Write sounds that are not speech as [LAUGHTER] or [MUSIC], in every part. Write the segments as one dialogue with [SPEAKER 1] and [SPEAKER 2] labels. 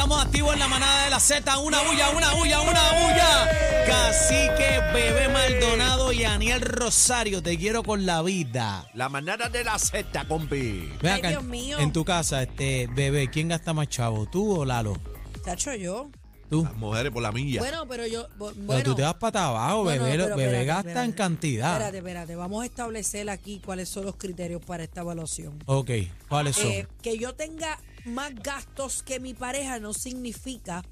[SPEAKER 1] Estamos activos en la manada de la Z. Una bulla, una bulla, una bulla. Cacique, Bebé Maldonado y Aniel Rosario, te quiero con la vida.
[SPEAKER 2] La manada de la Z, compi.
[SPEAKER 1] Ven
[SPEAKER 3] Ay,
[SPEAKER 1] acá,
[SPEAKER 3] Dios mío.
[SPEAKER 1] En tu casa, este bebé, ¿quién gasta más chavo? ¿Tú o Lalo?
[SPEAKER 3] Chacho, yo.
[SPEAKER 1] Tú.
[SPEAKER 2] Las mujeres por la milla.
[SPEAKER 3] Bueno, pero yo. bo-
[SPEAKER 1] Pero
[SPEAKER 3] Bueno,
[SPEAKER 1] tú te vas para abajo,
[SPEAKER 3] bueno,
[SPEAKER 1] bebé.
[SPEAKER 3] pero
[SPEAKER 1] bebé
[SPEAKER 3] espérate,
[SPEAKER 1] gasta en
[SPEAKER 3] espérate.
[SPEAKER 1] cantidad.
[SPEAKER 3] Espérate, espérate. Vamos a establecer aquí cuáles son los criterios para esta evaluación.
[SPEAKER 1] Ok, ¿cuáles son?
[SPEAKER 3] Eh, que yo tenga más gastos que mi pareja no significa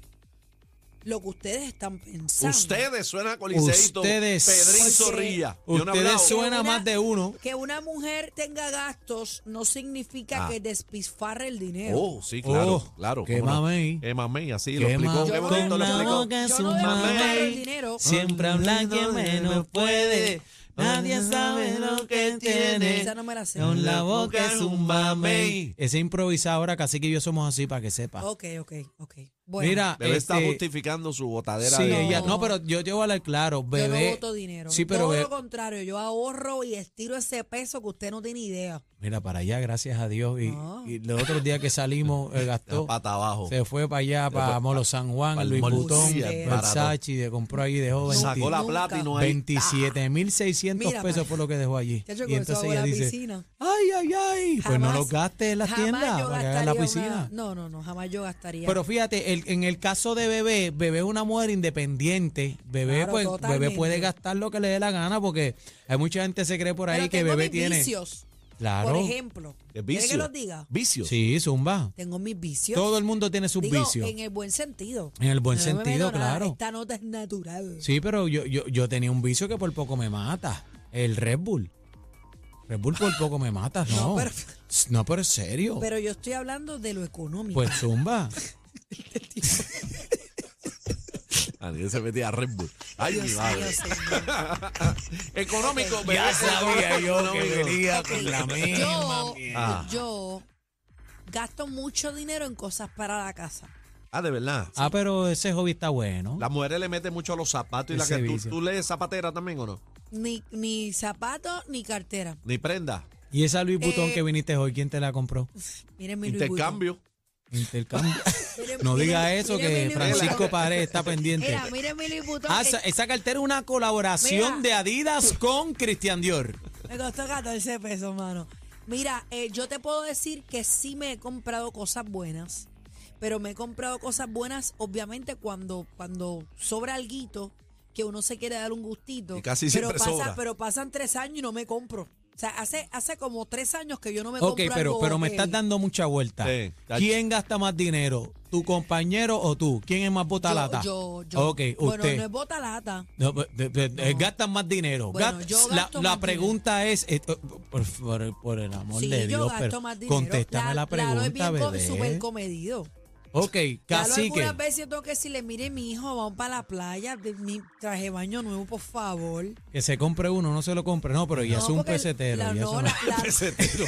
[SPEAKER 3] lo que ustedes están pensando.
[SPEAKER 2] ustedes suenan con Liceito,
[SPEAKER 1] Ustedes-
[SPEAKER 2] Pedrín
[SPEAKER 3] Porque-
[SPEAKER 2] Zorrilla. Yo no he
[SPEAKER 1] Ustedes
[SPEAKER 2] hablado.
[SPEAKER 1] suena más de uno.
[SPEAKER 3] Que una mujer tenga gastos no significa
[SPEAKER 2] Ah.
[SPEAKER 3] que despilfarre el dinero.
[SPEAKER 2] Oh, sí, claro,
[SPEAKER 1] Oh,
[SPEAKER 2] claro.
[SPEAKER 1] qué
[SPEAKER 2] cómo no.
[SPEAKER 1] mamey.
[SPEAKER 2] Qué mamey, así
[SPEAKER 1] Qué
[SPEAKER 2] lo explicó.
[SPEAKER 1] mamey.
[SPEAKER 2] Qué bonito lo
[SPEAKER 1] Con la
[SPEAKER 2] explicó. Mm,
[SPEAKER 1] boca
[SPEAKER 3] yo
[SPEAKER 1] su
[SPEAKER 3] no despilfarro el
[SPEAKER 1] mamey.
[SPEAKER 3] dinero.
[SPEAKER 1] Siempre habla quien menos puede. Nadie sabe lo que tiene.
[SPEAKER 3] Esa no me la sé.
[SPEAKER 1] Con la boca es un mamey. Ese improvisadora, casi que yo somos así para que sepa.
[SPEAKER 3] Ok, ok, ok. Bueno,
[SPEAKER 1] Mira,
[SPEAKER 2] Bebé está
[SPEAKER 1] este,
[SPEAKER 2] justificando su botadera.
[SPEAKER 1] sí,
[SPEAKER 2] de-
[SPEAKER 1] ella- no, pero yo te voy a hablar claro, bebé.
[SPEAKER 3] yo no voto dinero.
[SPEAKER 1] Sí, pero
[SPEAKER 3] Todo
[SPEAKER 1] bebé-
[SPEAKER 3] lo contrario, yo ahorro y estiro ese peso que usted no tiene idea.
[SPEAKER 1] Mira, para allá, gracias a Dios. Y,
[SPEAKER 3] No.
[SPEAKER 1] y los otros días que
[SPEAKER 2] [LAUGHS]
[SPEAKER 1] salimos, eh,
[SPEAKER 2] Está
[SPEAKER 1] gastó.
[SPEAKER 2] Pata abajo.
[SPEAKER 1] Se fue para allá, para
[SPEAKER 2] fue
[SPEAKER 1] Molo San
[SPEAKER 2] para
[SPEAKER 1] Juan,
[SPEAKER 2] el
[SPEAKER 1] Luis
[SPEAKER 2] Mall
[SPEAKER 1] Butón,
[SPEAKER 3] Lucia,
[SPEAKER 1] Versace, y le compró ahí, dejó
[SPEAKER 2] Sacó la plata y no hay.
[SPEAKER 1] 27.600
[SPEAKER 3] Mira,
[SPEAKER 1] pesos por lo que dejó allí.
[SPEAKER 3] Chacho,
[SPEAKER 1] Y
[SPEAKER 3] con eso
[SPEAKER 1] entonces
[SPEAKER 3] hago
[SPEAKER 1] ella
[SPEAKER 3] la
[SPEAKER 1] dice,
[SPEAKER 3] piscina.
[SPEAKER 1] ay, ay, ay, pues no
[SPEAKER 3] Jamás-
[SPEAKER 1] los gastes en las
[SPEAKER 3] jamás
[SPEAKER 1] tiendas
[SPEAKER 3] yo
[SPEAKER 1] para que hagas la
[SPEAKER 3] gastaría
[SPEAKER 1] piscina.
[SPEAKER 3] una- no, no, no, jamás yo gastaría.
[SPEAKER 1] Pero fíjate, el- en el caso de Bebé, Bebé es una mujer independiente. Bebé,
[SPEAKER 3] Claro,
[SPEAKER 1] pues, Bebé
[SPEAKER 3] totalmente.
[SPEAKER 1] puede gastar lo que le dé la gana porque hay mucha gente que se cree por ahí
[SPEAKER 3] Pero
[SPEAKER 1] que
[SPEAKER 3] tengo
[SPEAKER 1] Bebé
[SPEAKER 3] mis
[SPEAKER 1] tiene.
[SPEAKER 3] vicios,
[SPEAKER 1] Claro.
[SPEAKER 3] por ejemplo.
[SPEAKER 2] Es
[SPEAKER 3] ¿Quiere
[SPEAKER 2] vicio.
[SPEAKER 3] que los diga?
[SPEAKER 2] Vicio.
[SPEAKER 1] Sí, Zumba.
[SPEAKER 3] Tengo mis vicios.
[SPEAKER 1] Todo el mundo tiene sus
[SPEAKER 3] Digo,
[SPEAKER 1] vicios.
[SPEAKER 3] en el buen sentido.
[SPEAKER 1] En el buen
[SPEAKER 3] No me
[SPEAKER 1] sentido,
[SPEAKER 3] meto nada,
[SPEAKER 1] claro.
[SPEAKER 3] Esta nota es natural.
[SPEAKER 1] Sí, pero yo, yo, yo tenía un vicio que por poco me mata. El Red Bull. Red Bull por poco me mata, no.
[SPEAKER 3] [LAUGHS] No, pero-
[SPEAKER 1] S- No, pero es serio.
[SPEAKER 3] Pero yo estoy hablando de lo económico.
[SPEAKER 1] Pues
[SPEAKER 3] [LAUGHS]
[SPEAKER 1] zumba.
[SPEAKER 2] Alguien Ah, se metía a Red Bull. Ay, mi
[SPEAKER 3] Dios
[SPEAKER 2] madre.
[SPEAKER 3] mío, señor.
[SPEAKER 2] Económico, bebé. Económico.
[SPEAKER 3] Ok, yo,
[SPEAKER 1] Ah.
[SPEAKER 2] mierda.
[SPEAKER 3] yo gasto mucho dinero en cosas para la casa.
[SPEAKER 2] Ah, de verdad.
[SPEAKER 1] Ah, pero ese hobby está bueno.
[SPEAKER 2] Las mujeres le meten mucho a los zapatos y la
[SPEAKER 1] Ese
[SPEAKER 2] que tú,
[SPEAKER 1] vicio.
[SPEAKER 2] tú lees zapatera también o no.
[SPEAKER 3] Ni, ni zapatos ni cartera.
[SPEAKER 2] Ni prenda.
[SPEAKER 1] Y esa Luis Butón
[SPEAKER 3] Eh,
[SPEAKER 1] que viniste hoy, ¿quién te la compró?
[SPEAKER 3] Miren mi Louis Vuitton.
[SPEAKER 2] Intercambio.
[SPEAKER 3] [LAUGHS]
[SPEAKER 1] Intercambio.
[SPEAKER 3] Miren-
[SPEAKER 1] No
[SPEAKER 3] miren-
[SPEAKER 1] diga eso
[SPEAKER 3] miren mi
[SPEAKER 1] que
[SPEAKER 3] Louis
[SPEAKER 1] Francisco
[SPEAKER 3] Vuitton.
[SPEAKER 1] Pared está pendiente.
[SPEAKER 3] Mira, miren mi Louis Vuitton
[SPEAKER 1] Ah,
[SPEAKER 3] que
[SPEAKER 1] esa, esa cartera es una colaboración
[SPEAKER 3] Mira.
[SPEAKER 1] de Adidas con Christian Dior.
[SPEAKER 3] me costó 14 pesos, mano. Mira, eh, yo te puedo decir que sí me he comprado cosas buenas, pero me he comprado cosas buenas, obviamente, cuando, cuando sobra alguito, que uno se quiere dar un gustito.
[SPEAKER 2] Y casi
[SPEAKER 3] pero
[SPEAKER 2] siempre
[SPEAKER 3] pasa,
[SPEAKER 2] sobra.
[SPEAKER 3] Pero pasan tres años y no me compro. O sea, hace, hace como tres años que yo no me
[SPEAKER 1] Ok,
[SPEAKER 3] compro
[SPEAKER 1] pero,
[SPEAKER 3] algo
[SPEAKER 1] pero me
[SPEAKER 3] heavy.
[SPEAKER 1] estás dando mucha vuelta.
[SPEAKER 2] Sí, tacho.
[SPEAKER 1] ¿Quién gasta más dinero? ¿Tu compañero o tú? ¿Quién es más
[SPEAKER 3] Yo-
[SPEAKER 1] botalata?
[SPEAKER 3] Yo, yo.
[SPEAKER 1] Ok, usted.
[SPEAKER 3] Bueno, no es bota lata.
[SPEAKER 1] No, pues, de- de- de-
[SPEAKER 3] No.
[SPEAKER 1] Gastan más dinero.
[SPEAKER 3] Bueno,
[SPEAKER 1] Gat-
[SPEAKER 3] yo
[SPEAKER 1] la
[SPEAKER 3] gasto
[SPEAKER 1] la
[SPEAKER 3] más
[SPEAKER 1] pregunta es, eh, eh, por, por- por el amor
[SPEAKER 3] Sí,
[SPEAKER 1] de
[SPEAKER 3] yo
[SPEAKER 1] Dios,
[SPEAKER 3] gasto
[SPEAKER 1] pero
[SPEAKER 3] más dinero.
[SPEAKER 1] contéstame la,
[SPEAKER 3] Lalo es
[SPEAKER 1] pregunta,
[SPEAKER 3] bien co- súper
[SPEAKER 1] bebé.
[SPEAKER 3] comedido.
[SPEAKER 1] Ok,
[SPEAKER 3] Lalo
[SPEAKER 1] cacique.
[SPEAKER 3] algunas veces yo tengo que decirle, mire, mi hijo, vamos para la playa, de- mi traje baño nuevo, por favor.
[SPEAKER 1] Que se compre uno, no se lo compre. No, pero ya
[SPEAKER 3] No,
[SPEAKER 1] es un
[SPEAKER 3] porque
[SPEAKER 1] pesetero.
[SPEAKER 3] la-
[SPEAKER 1] ya es
[SPEAKER 3] no,
[SPEAKER 1] un-
[SPEAKER 3] la-
[SPEAKER 2] [LAUGHS]
[SPEAKER 3] la-
[SPEAKER 2] Ese tiro.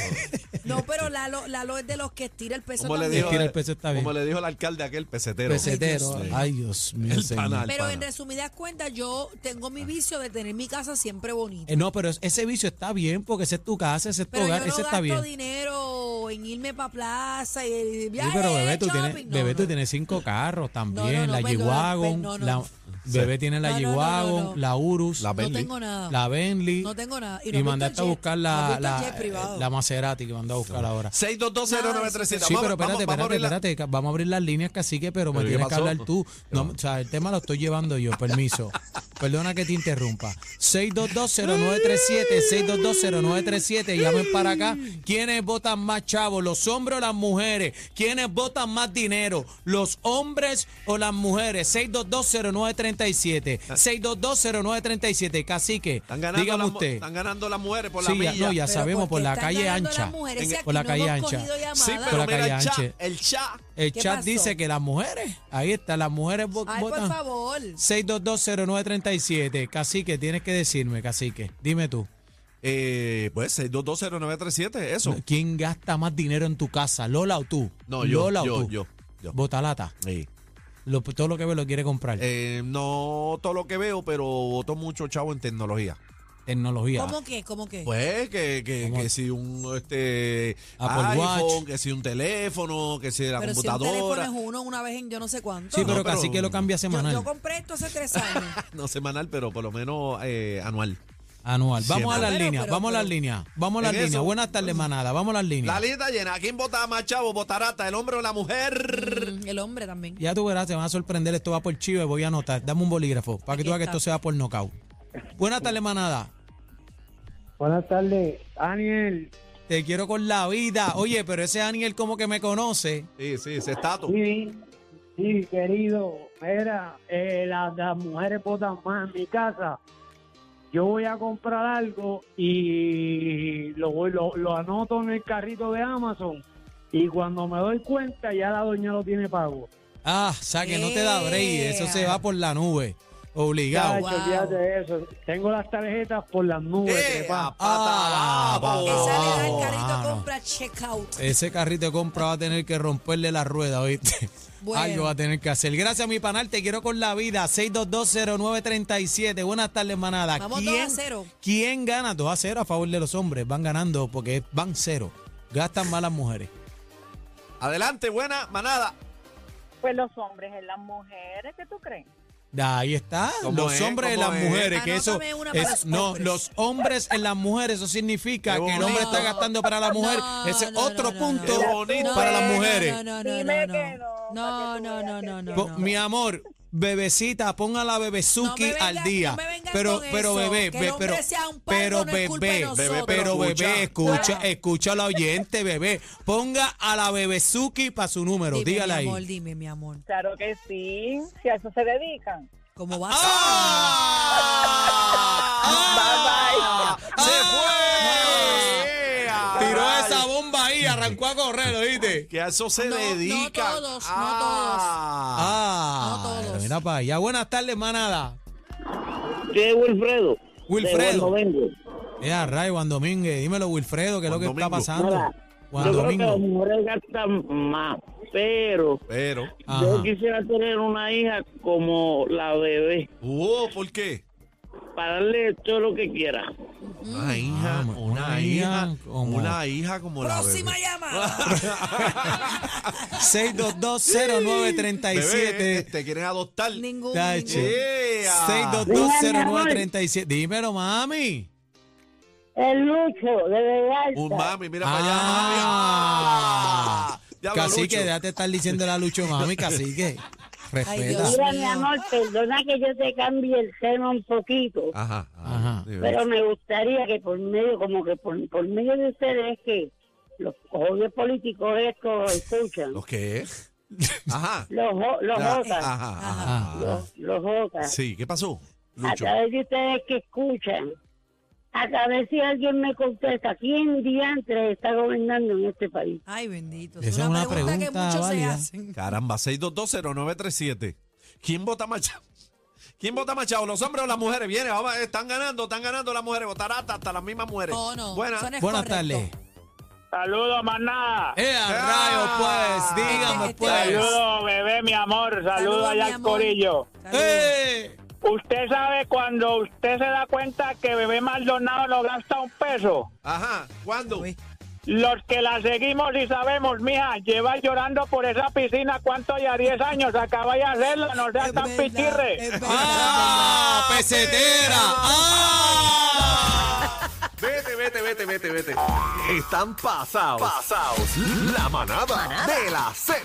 [SPEAKER 3] no, pero Lalo, Lalo es de los que estira el peso
[SPEAKER 2] Como le
[SPEAKER 3] también.
[SPEAKER 2] dijo,
[SPEAKER 1] Tira el peso, está
[SPEAKER 2] como
[SPEAKER 1] bien.
[SPEAKER 2] le dijo el alcalde aquel pesetero.
[SPEAKER 1] pesetero.
[SPEAKER 2] Sí.
[SPEAKER 1] Ay, Dios mío.
[SPEAKER 2] El
[SPEAKER 1] señor.
[SPEAKER 2] panal.
[SPEAKER 3] pero en
[SPEAKER 2] pana.
[SPEAKER 3] resumidas cuentas, yo tengo
[SPEAKER 1] Ah.
[SPEAKER 3] mi vicio de tener mi casa siempre bonita.
[SPEAKER 1] Eh, no, pero ese vicio está bien porque ese es tu casa, ese es tu
[SPEAKER 3] Pero
[SPEAKER 1] hogar,
[SPEAKER 3] yo no
[SPEAKER 1] ese
[SPEAKER 3] gasto
[SPEAKER 1] está bien.
[SPEAKER 3] dinero en irme para plaza y el
[SPEAKER 1] Sí,
[SPEAKER 3] viaje,
[SPEAKER 1] pero bebé, tú
[SPEAKER 3] shopping.
[SPEAKER 1] tienes,
[SPEAKER 3] No,
[SPEAKER 1] bebé, tú
[SPEAKER 3] no.
[SPEAKER 1] tienes cinco carros también,
[SPEAKER 3] No, no, no,
[SPEAKER 1] la
[SPEAKER 3] perdona,
[SPEAKER 1] G-Wagon,
[SPEAKER 3] per- no, no.
[SPEAKER 1] la- bebé tiene la
[SPEAKER 3] No, no, no,
[SPEAKER 1] G-Wagon,
[SPEAKER 3] no, no.
[SPEAKER 1] la Urus,
[SPEAKER 2] La
[SPEAKER 1] la,
[SPEAKER 3] No
[SPEAKER 2] Bentley.
[SPEAKER 3] tengo nada.
[SPEAKER 1] Bentley,
[SPEAKER 3] no tengo nada.
[SPEAKER 1] y,
[SPEAKER 3] no he visto el
[SPEAKER 1] mandaste a
[SPEAKER 3] jet.
[SPEAKER 1] buscar
[SPEAKER 3] No he
[SPEAKER 1] la,
[SPEAKER 3] visto el jet
[SPEAKER 1] la,
[SPEAKER 3] privado.
[SPEAKER 1] la Maserati que mandó a buscar ahora.
[SPEAKER 2] 6220937.
[SPEAKER 1] Sí,
[SPEAKER 2] Vamos-
[SPEAKER 1] pero espérate,
[SPEAKER 2] vamos- vamos a
[SPEAKER 1] espérate,
[SPEAKER 2] abrir la-
[SPEAKER 1] espérate, ca- vamos a abrir las líneas, cacique, pero me
[SPEAKER 2] ¿Pero qué
[SPEAKER 1] tienes que
[SPEAKER 2] pasó?
[SPEAKER 1] hablar tú. No, o sea, el tema lo estoy llevando yo,
[SPEAKER 2] [LAUGHS]
[SPEAKER 1] permiso. Perdona que te interrumpa. 6220937, 6220937, llamen para acá. ¿Quiénes votan más chavos, los hombres o las mujeres? ¿Quiénes votan más dinero, los hombres o las mujeres? 6220937, 6220937, cacique,
[SPEAKER 2] Ah. Están ganando,
[SPEAKER 1] dígame
[SPEAKER 2] las, mu-
[SPEAKER 1] usted.
[SPEAKER 2] están ganando las mujeres por la
[SPEAKER 1] Sí, ya,
[SPEAKER 2] milla.
[SPEAKER 1] no, ya
[SPEAKER 3] Pero
[SPEAKER 1] sabemos, por
[SPEAKER 3] qué
[SPEAKER 1] la
[SPEAKER 3] están
[SPEAKER 1] calle
[SPEAKER 3] ganando las
[SPEAKER 1] ancha.
[SPEAKER 3] mujeres si aquí
[SPEAKER 1] Por la
[SPEAKER 3] no
[SPEAKER 1] calle
[SPEAKER 3] hemos
[SPEAKER 1] ancha.
[SPEAKER 3] cogido llamadas?
[SPEAKER 2] sí,
[SPEAKER 1] por la
[SPEAKER 2] pero mira
[SPEAKER 1] calle
[SPEAKER 2] el chat,
[SPEAKER 1] Anche.
[SPEAKER 2] el chat.
[SPEAKER 1] El
[SPEAKER 3] ¿Qué
[SPEAKER 1] chat
[SPEAKER 3] pasó?
[SPEAKER 1] dice que las mujeres, ahí está, las mujeres vo-
[SPEAKER 3] Ay, por
[SPEAKER 1] votan.
[SPEAKER 3] favor.
[SPEAKER 1] 6220937, cacique, tienes que decirme, cacique, dime tú,
[SPEAKER 2] Eh, pues 6220937, eso.
[SPEAKER 1] ¿quién gasta más dinero en tu casa, Lola o tú?
[SPEAKER 2] No, yo,
[SPEAKER 1] Lola o
[SPEAKER 2] yo,
[SPEAKER 1] tú.
[SPEAKER 2] yo, yo. Eh,
[SPEAKER 1] Botalata,
[SPEAKER 2] Sí.
[SPEAKER 1] Lo- todo lo que ve lo quiere comprar.
[SPEAKER 2] Eh, no todo lo que veo, pero voto mucho chavo en tecnología.
[SPEAKER 1] Tecnología.
[SPEAKER 3] ¿Cómo qué? ¿Cómo qué?
[SPEAKER 2] Pues que, que,
[SPEAKER 1] ¿Cómo?
[SPEAKER 2] que si un este
[SPEAKER 1] Apple Watch.
[SPEAKER 2] iPhone, que si un teléfono, que si la
[SPEAKER 3] pero si un teléfono
[SPEAKER 2] computadora.
[SPEAKER 3] es uno una vez en yo no sé cuánto.
[SPEAKER 1] Sí, pero,
[SPEAKER 2] No, pero-
[SPEAKER 1] casi que lo cambia
[SPEAKER 3] yo,
[SPEAKER 1] semanal,
[SPEAKER 3] yo compré esto hace tres
[SPEAKER 1] [LAUGHS]
[SPEAKER 3] años.
[SPEAKER 2] no semanal, pero por lo menos eh, anual.
[SPEAKER 1] anual. Vamos
[SPEAKER 2] Siempre.
[SPEAKER 1] a las
[SPEAKER 3] Pero,
[SPEAKER 1] líneas,
[SPEAKER 3] pero,
[SPEAKER 1] vamos a las
[SPEAKER 3] pero-
[SPEAKER 1] líneas, vamos a las
[SPEAKER 2] En
[SPEAKER 1] líneas.
[SPEAKER 2] eso-
[SPEAKER 1] Buenas tardes, manada, vamos a las líneas.
[SPEAKER 2] La lista llena. ¿Quién vota más chavo? ¿Botarata? ¿El hombre o la mujer?
[SPEAKER 3] Mm, El hombre también.
[SPEAKER 1] Ya tú verás, te van a sorprender, esto va por chivo y voy a anotar. Dame un bolígrafo para que
[SPEAKER 3] Aquí
[SPEAKER 1] tú veas que
[SPEAKER 3] está.
[SPEAKER 1] esto sea por knockout. Buenas tardes, manada.
[SPEAKER 4] Buenas tardes, Daniel.
[SPEAKER 1] Te quiero con la vida. Oye, pero ese Daniel como que me conoce.
[SPEAKER 2] Sí, sí, ese estatus.
[SPEAKER 4] Sí, sí, querido. Mira, eh, las, las mujeres votan más en mi casa. Yo voy a comprar algo y lo, voy- lo, lo anoto en el carrito de Amazon. Y cuando me doy cuenta, ya la doña lo tiene pago.
[SPEAKER 1] Ah, o sea que no te da break, eso se va por la nube. Obligado.
[SPEAKER 4] Chacho, olvídate de eso. Tengo las tarjetas por las nubes.
[SPEAKER 2] ¡Eh,
[SPEAKER 4] trepa.
[SPEAKER 2] a pata abajo!
[SPEAKER 1] Ah,
[SPEAKER 3] Esa le da el
[SPEAKER 1] no,
[SPEAKER 3] carrito
[SPEAKER 1] ah, no.
[SPEAKER 3] compra checkout.
[SPEAKER 1] Ese carrito de compra va a tener que romperle la rueda, ¿oíste?
[SPEAKER 3] Bueno.
[SPEAKER 1] Algo va a tener que hacer. Gracias, mi panal. Te quiero con la vida. 6220937. Buenas tardes, manada.
[SPEAKER 3] Vamos 2 a 0.
[SPEAKER 1] ¿Quién gana? 2 a 0 a favor de los hombres. Van ganando porque van cero. Gastan más las mujeres.
[SPEAKER 2] Adelante, buena manada.
[SPEAKER 5] Pues los hombres en las mujeres, ¿qué tú crees?
[SPEAKER 1] Ahí está,
[SPEAKER 2] ¿Cómo
[SPEAKER 1] los
[SPEAKER 2] es?
[SPEAKER 1] hombres en
[SPEAKER 2] ¿Cómo
[SPEAKER 1] las
[SPEAKER 2] es?
[SPEAKER 1] mujeres, que eso
[SPEAKER 3] Anótame una para
[SPEAKER 1] es,
[SPEAKER 3] los
[SPEAKER 1] no,
[SPEAKER 3] hombres.
[SPEAKER 1] los hombres en las mujeres, eso significa
[SPEAKER 2] Qué
[SPEAKER 1] que el hombre
[SPEAKER 2] bonito.
[SPEAKER 1] está gastando para la mujer,
[SPEAKER 3] No,
[SPEAKER 1] ese
[SPEAKER 3] no,
[SPEAKER 1] otro
[SPEAKER 3] no, no,
[SPEAKER 1] punto
[SPEAKER 2] no. Qué bonito.
[SPEAKER 1] para las
[SPEAKER 2] No,
[SPEAKER 1] mujeres.
[SPEAKER 3] No, no, no,
[SPEAKER 5] Dime
[SPEAKER 3] no,
[SPEAKER 5] que
[SPEAKER 3] no.
[SPEAKER 5] no,
[SPEAKER 3] No,
[SPEAKER 5] para
[SPEAKER 3] no, no,
[SPEAKER 5] que tú veas
[SPEAKER 3] no,
[SPEAKER 5] que
[SPEAKER 3] no,
[SPEAKER 1] Po-
[SPEAKER 3] no.
[SPEAKER 1] Mi amor, bebecita, ponga la
[SPEAKER 3] No
[SPEAKER 1] bebezuki
[SPEAKER 3] me
[SPEAKER 1] al
[SPEAKER 3] vengas-
[SPEAKER 1] día.
[SPEAKER 3] no me vengas
[SPEAKER 1] pero,
[SPEAKER 3] con
[SPEAKER 1] pero
[SPEAKER 3] eso,
[SPEAKER 1] bebé,
[SPEAKER 3] que el
[SPEAKER 1] be-
[SPEAKER 3] hombre
[SPEAKER 1] pero,
[SPEAKER 3] sea un pargo
[SPEAKER 1] pero
[SPEAKER 3] no es culpa de
[SPEAKER 1] bebé,
[SPEAKER 3] nosotros.
[SPEAKER 1] pero bebé, escucha,
[SPEAKER 5] Claro.
[SPEAKER 1] escucha al oyente, bebé. Ponga a la bebezuki para su número,
[SPEAKER 3] Dime,
[SPEAKER 1] dígale
[SPEAKER 3] mi
[SPEAKER 1] ahí.
[SPEAKER 3] amor, dime, mi amor.
[SPEAKER 5] Claro que sí, si a eso se dedican.
[SPEAKER 3] ¿Cómo vas?
[SPEAKER 1] ¡Ah!
[SPEAKER 2] ¡Ah!
[SPEAKER 5] Bye,
[SPEAKER 2] ¡Se fue!
[SPEAKER 1] Tiró
[SPEAKER 2] ¡Ay!
[SPEAKER 1] esa bomba ahí, arrancó a correr, ¿oíste?
[SPEAKER 2] Que a eso se
[SPEAKER 3] No, no
[SPEAKER 2] dedica.
[SPEAKER 3] todos, no
[SPEAKER 2] Ah.
[SPEAKER 1] Ah,
[SPEAKER 3] No todos.
[SPEAKER 1] mira para allá. Buenas tardes, manada.
[SPEAKER 6] ¿Qué Wilfredo?
[SPEAKER 1] Wilfredo.
[SPEAKER 6] vengo.
[SPEAKER 1] Eh, a Ray, Juan Domínguez. Dímelo, Wilfredo, ¿qué es lo que
[SPEAKER 2] Juan
[SPEAKER 1] está
[SPEAKER 2] Domingo.
[SPEAKER 1] pasando? Juan
[SPEAKER 6] Yo creo que las
[SPEAKER 1] Domingo.
[SPEAKER 6] mujeres gastan más, pero
[SPEAKER 2] Pero.
[SPEAKER 1] Ajá.
[SPEAKER 6] yo quisiera tener una hija como la bebé,
[SPEAKER 2] Oh, ¿por qué?
[SPEAKER 6] para darle todo lo que quiera.
[SPEAKER 2] Una hija,
[SPEAKER 1] Vamos, una
[SPEAKER 2] una hija,
[SPEAKER 1] hija como-
[SPEAKER 2] una hija como la
[SPEAKER 3] Próxima
[SPEAKER 2] bebé.
[SPEAKER 3] llamada.
[SPEAKER 1] 6220937.
[SPEAKER 2] Bebé, este, ah. te quieren adoptar.
[SPEAKER 3] [LAUGHS] Ningún.
[SPEAKER 1] Tache.
[SPEAKER 3] ningún.
[SPEAKER 2] Yeah.
[SPEAKER 1] 6220937. Dímelo, mami.
[SPEAKER 5] El lucho, de verdad.
[SPEAKER 2] Un mami, mira para allá.
[SPEAKER 1] Ah.
[SPEAKER 2] mami. Ah. Diablo,
[SPEAKER 1] Cacique,
[SPEAKER 2] Lucho.
[SPEAKER 1] déjate estar diciendo la lucho, mami,
[SPEAKER 2] [LAUGHS]
[SPEAKER 1] cacique. Respeta.
[SPEAKER 3] Dios. Mira, mi
[SPEAKER 5] mi
[SPEAKER 3] amor,
[SPEAKER 5] amor, perdona que yo te cambie el seno un poquito,
[SPEAKER 1] Ah,
[SPEAKER 2] Ajá. ah,
[SPEAKER 1] Ajá.
[SPEAKER 2] Sí,
[SPEAKER 5] pero me gustaría que por medio, como que por, por medio de ustedes que los jóvenes políticos estos escuchan,
[SPEAKER 2] ¿Los qué? Ajá.
[SPEAKER 5] los jo- los
[SPEAKER 1] Ah,
[SPEAKER 2] Ya,
[SPEAKER 5] jotas,
[SPEAKER 2] Ajá,
[SPEAKER 1] Ajá.
[SPEAKER 2] ajá.
[SPEAKER 5] los, los jotas,
[SPEAKER 2] Sí, ¿qué pasó?
[SPEAKER 5] a
[SPEAKER 2] Lucho.
[SPEAKER 5] través de ustedes que escuchan, a través si alguien me contesta, ¿quién diantres está gobernando en este país?
[SPEAKER 3] Ay, bendito.
[SPEAKER 1] Esa es una
[SPEAKER 3] que
[SPEAKER 1] pregunta
[SPEAKER 3] muchos
[SPEAKER 1] válida.
[SPEAKER 3] se hacen.
[SPEAKER 2] Caramba, 6220937. ¿Quién vota más chavo? ¿Quién vota más chavo? ¿Los hombres o las mujeres? Viene, vamos, están ganando, están ganando las mujeres. Votará hasta, hasta las mismas mujeres.
[SPEAKER 3] No, Oh, no.
[SPEAKER 2] Buena.
[SPEAKER 3] eso no es
[SPEAKER 1] Buenas
[SPEAKER 3] correcto.
[SPEAKER 1] tardes.
[SPEAKER 6] Saludos, maná.
[SPEAKER 1] Eh, a
[SPEAKER 2] Ah.
[SPEAKER 1] rayos, pues, dígame,
[SPEAKER 3] Este-
[SPEAKER 1] pues.
[SPEAKER 6] Saludos, bebé, mi amor.
[SPEAKER 3] Saludos,
[SPEAKER 6] Saludos allá
[SPEAKER 3] mi
[SPEAKER 6] al
[SPEAKER 3] amor.
[SPEAKER 6] corillo.
[SPEAKER 3] Saludos.
[SPEAKER 1] ¡Eh!
[SPEAKER 6] Usted sabe cuando usted se da cuenta que bebé Maldonado no gasta un peso.
[SPEAKER 2] Ajá, ¿cuándo?
[SPEAKER 3] Uy.
[SPEAKER 6] Los que la seguimos y sabemos, mija, lleva llorando por esa piscina cuánto ya 10 años, acaba de hacerla, no seas
[SPEAKER 3] Es
[SPEAKER 6] tan
[SPEAKER 3] verdad,
[SPEAKER 6] pichirre.
[SPEAKER 3] es verdad,
[SPEAKER 1] ¡Ah! ¡Pesetera! ¡Ah!
[SPEAKER 2] Vete, vete, vete, vete, vete. Están pasados. Pasados. La manada, de la Z.